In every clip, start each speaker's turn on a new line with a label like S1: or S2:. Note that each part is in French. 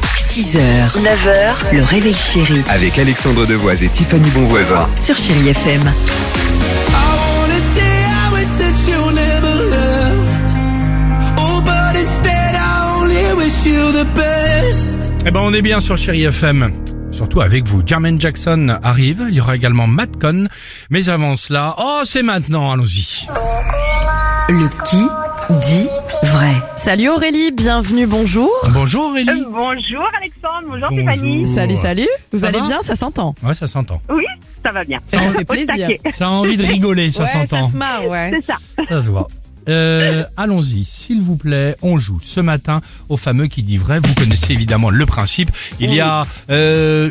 S1: 6h, 9h, le réveil chéri
S2: Avec Alexandre Devoise et Tiffany Bonvoisin.
S1: sur Chéri FM.
S3: I wanna say I wish that you never left. Oh, but instead I only wish you the best.
S4: Eh ben, on est bien sur Chéri FM. Surtout avec vous. Jermaine Jackson arrive. Il y aura également Matt Cohn. Mais avant cela, oh, c'est maintenant. Allons-y.
S1: Le qui dit vrai. Salut Aurélie, bienvenue, bonjour.
S4: Bonjour, Aurélie.
S5: Bonjour Alexandre, bonjour,
S4: Bonjour.
S5: Stéphanie.
S1: Salut, salut. Vous
S4: Ça
S1: allez
S4: va
S1: bien, ça s'entend.
S4: Ouais, ça s'entend.
S5: Oui, ça va bien.
S1: Ça, ça fait
S5: Au
S1: plaisir.
S5: taquet,
S4: Ça a envie de rigoler, ça
S1: ouais, ça
S4: s'entend.
S1: se marre, ouais.
S5: C'est ça.
S4: Ça se voit. Euh, allons-y, s'il vous plaît, on joue ce matin au fameux qui dit vrai. Vous connaissez évidemment le principe. Il y a euh,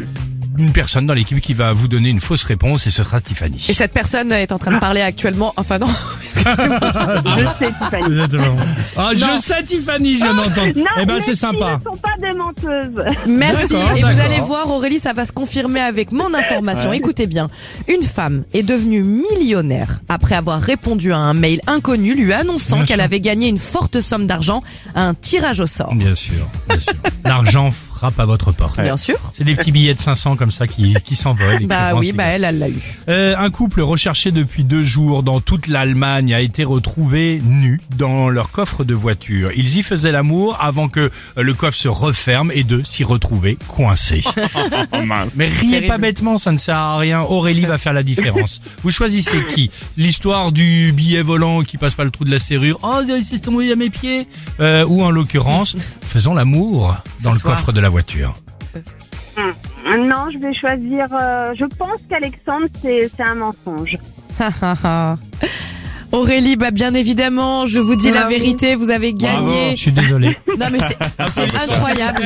S4: une personne dans l'équipe qui va vous donner une fausse réponse et ce sera Tiffany.
S6: Et cette personne est en train de parler actuellement. Enfin non,
S5: Je sais, Tiffany.
S4: Exactement. Ah, je
S6: Non.
S4: sais Tiffany, je m'entends.
S5: Non,
S4: Eh ben
S5: les
S4: c'est sympa.
S5: filles ne sont pas des menteuses.
S6: merci.
S4: D'accord,
S6: Et vous
S4: d'accord.
S6: allez voir, Aurélie, ça va se confirmer avec mon information. Écoutez bien, une femme est devenue millionnaire après avoir répondu à un mail inconnu lui annonçant
S4: Bien
S6: qu'elle
S4: sûr.
S6: avait gagné une forte somme d'argent à un tirage au sort.
S4: Bien sûr, bien sûr. L'argent frappe à votre porte.
S6: Bien sûr.
S4: C'est des petits billets de 500 comme ça qui, qui s'envolent. et qui
S6: Bah oui,
S4: rentrent.
S6: bah elle, elle l'a eu.
S4: Euh, un couple recherché depuis deux jours dans toute l'Allemagne a été retrouvé nu dans leur coffre de voiture. Ils y faisaient l'amour avant que euh, le coffre se referme et deux s'y retrouvaient coincés. Mais riez
S6: Terrible.
S4: pas bêtement, ça ne sert à rien. Aurélie va faire la différence. Vous choisissez qui L'histoire du billet volant qui passe pas le trou de la serrure. Oh, c'est tombé à mes pieds. Euh, ou en l'occurrence, faisons l'amour dans
S6: Ce
S4: le
S6: soir.
S4: coffre de la voiture.
S5: Non, je vais choisir. euh, je pense qu'Alexandre, c'est c'est un mensonge.
S6: Aurélie, bah bien évidemment, je vous dis la
S5: Bravo.
S6: vérité, vous avez
S4: Je
S6: gagné.
S4: suis désolé.
S6: Non mais c'est- c'est incroyable.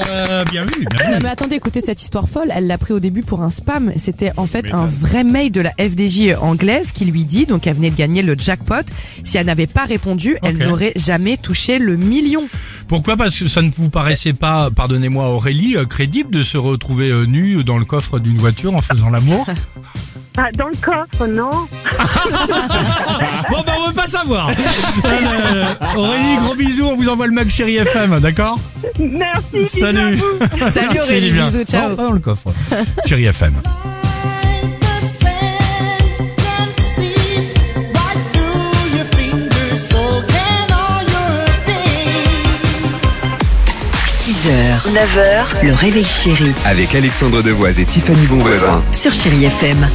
S4: euh, bien vu,
S6: Non mais attendez, écoutez cette histoire folle, elle l'a pris au début pour un spam, c'était en fait un vrai mail de la FDJ anglaise qui lui dit, donc elle venait de gagner le jackpot, si elle n'avait pas répondu, elle
S4: Ok.
S6: n'aurait jamais touché le million.
S4: Pourquoi Parce que ça ne vous paraissait pas, pardonnez-moi Aurélie, euh, crédible de se retrouver euh, nu dans le coffre d'une voiture en faisant l'amour
S5: Ah, dans le coffre, non
S4: Bon ben on veut pas savoir Euh, Aurélie, gros bisous, on vous envoie le mug chéri FM, d'accord
S5: Merci. bisous à
S4: Salut
S5: vous.
S6: Salut
S4: Merci,
S6: Aurélie,
S4: Livia.
S6: bisous, ciao.
S4: Non, pas dans le coffre. Chéri FM.
S3: Right through your fingers, forget all your days.
S1: 6h, 9h, le réveil chéri
S2: Avec Alexandre Devoise et Tiffany Bonvoisin.
S1: sur Chéri FM.